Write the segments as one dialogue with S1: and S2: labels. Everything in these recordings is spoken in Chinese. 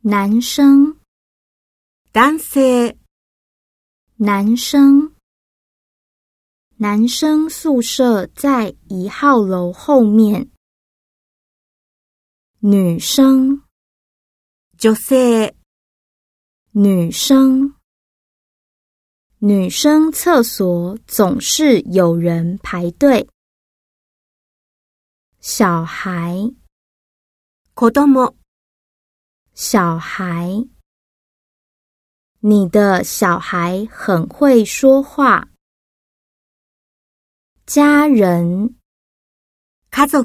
S1: 男生，
S2: 男性、
S1: 男生，男生宿舍在一号楼后面。女生，
S2: 女性、
S1: 女生，女生厕所总是有人排队。小孩，
S2: 子供、
S1: 小孩，你的小孩很会说话。家人，
S2: 家族、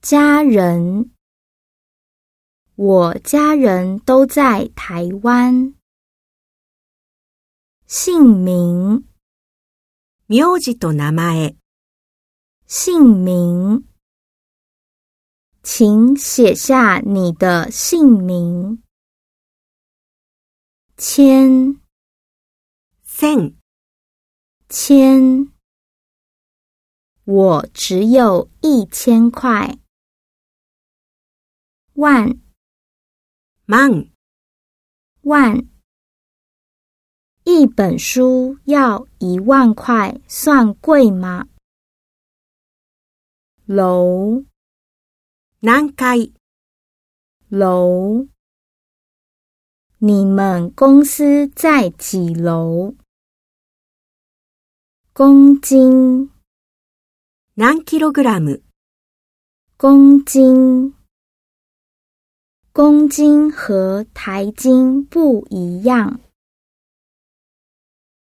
S1: 家人，我家人都在台湾。姓名，
S2: 名字と名前、
S1: 姓名，请写下你的姓名。签
S2: 線、
S1: 签，我只有一千块。万
S2: 万、
S1: 万，一本书要一万块，算贵吗？楼
S2: 何回、
S1: 楼，你们公司在几楼？公斤
S2: 何キログラム、
S1: 公斤，公斤和台斤不一样。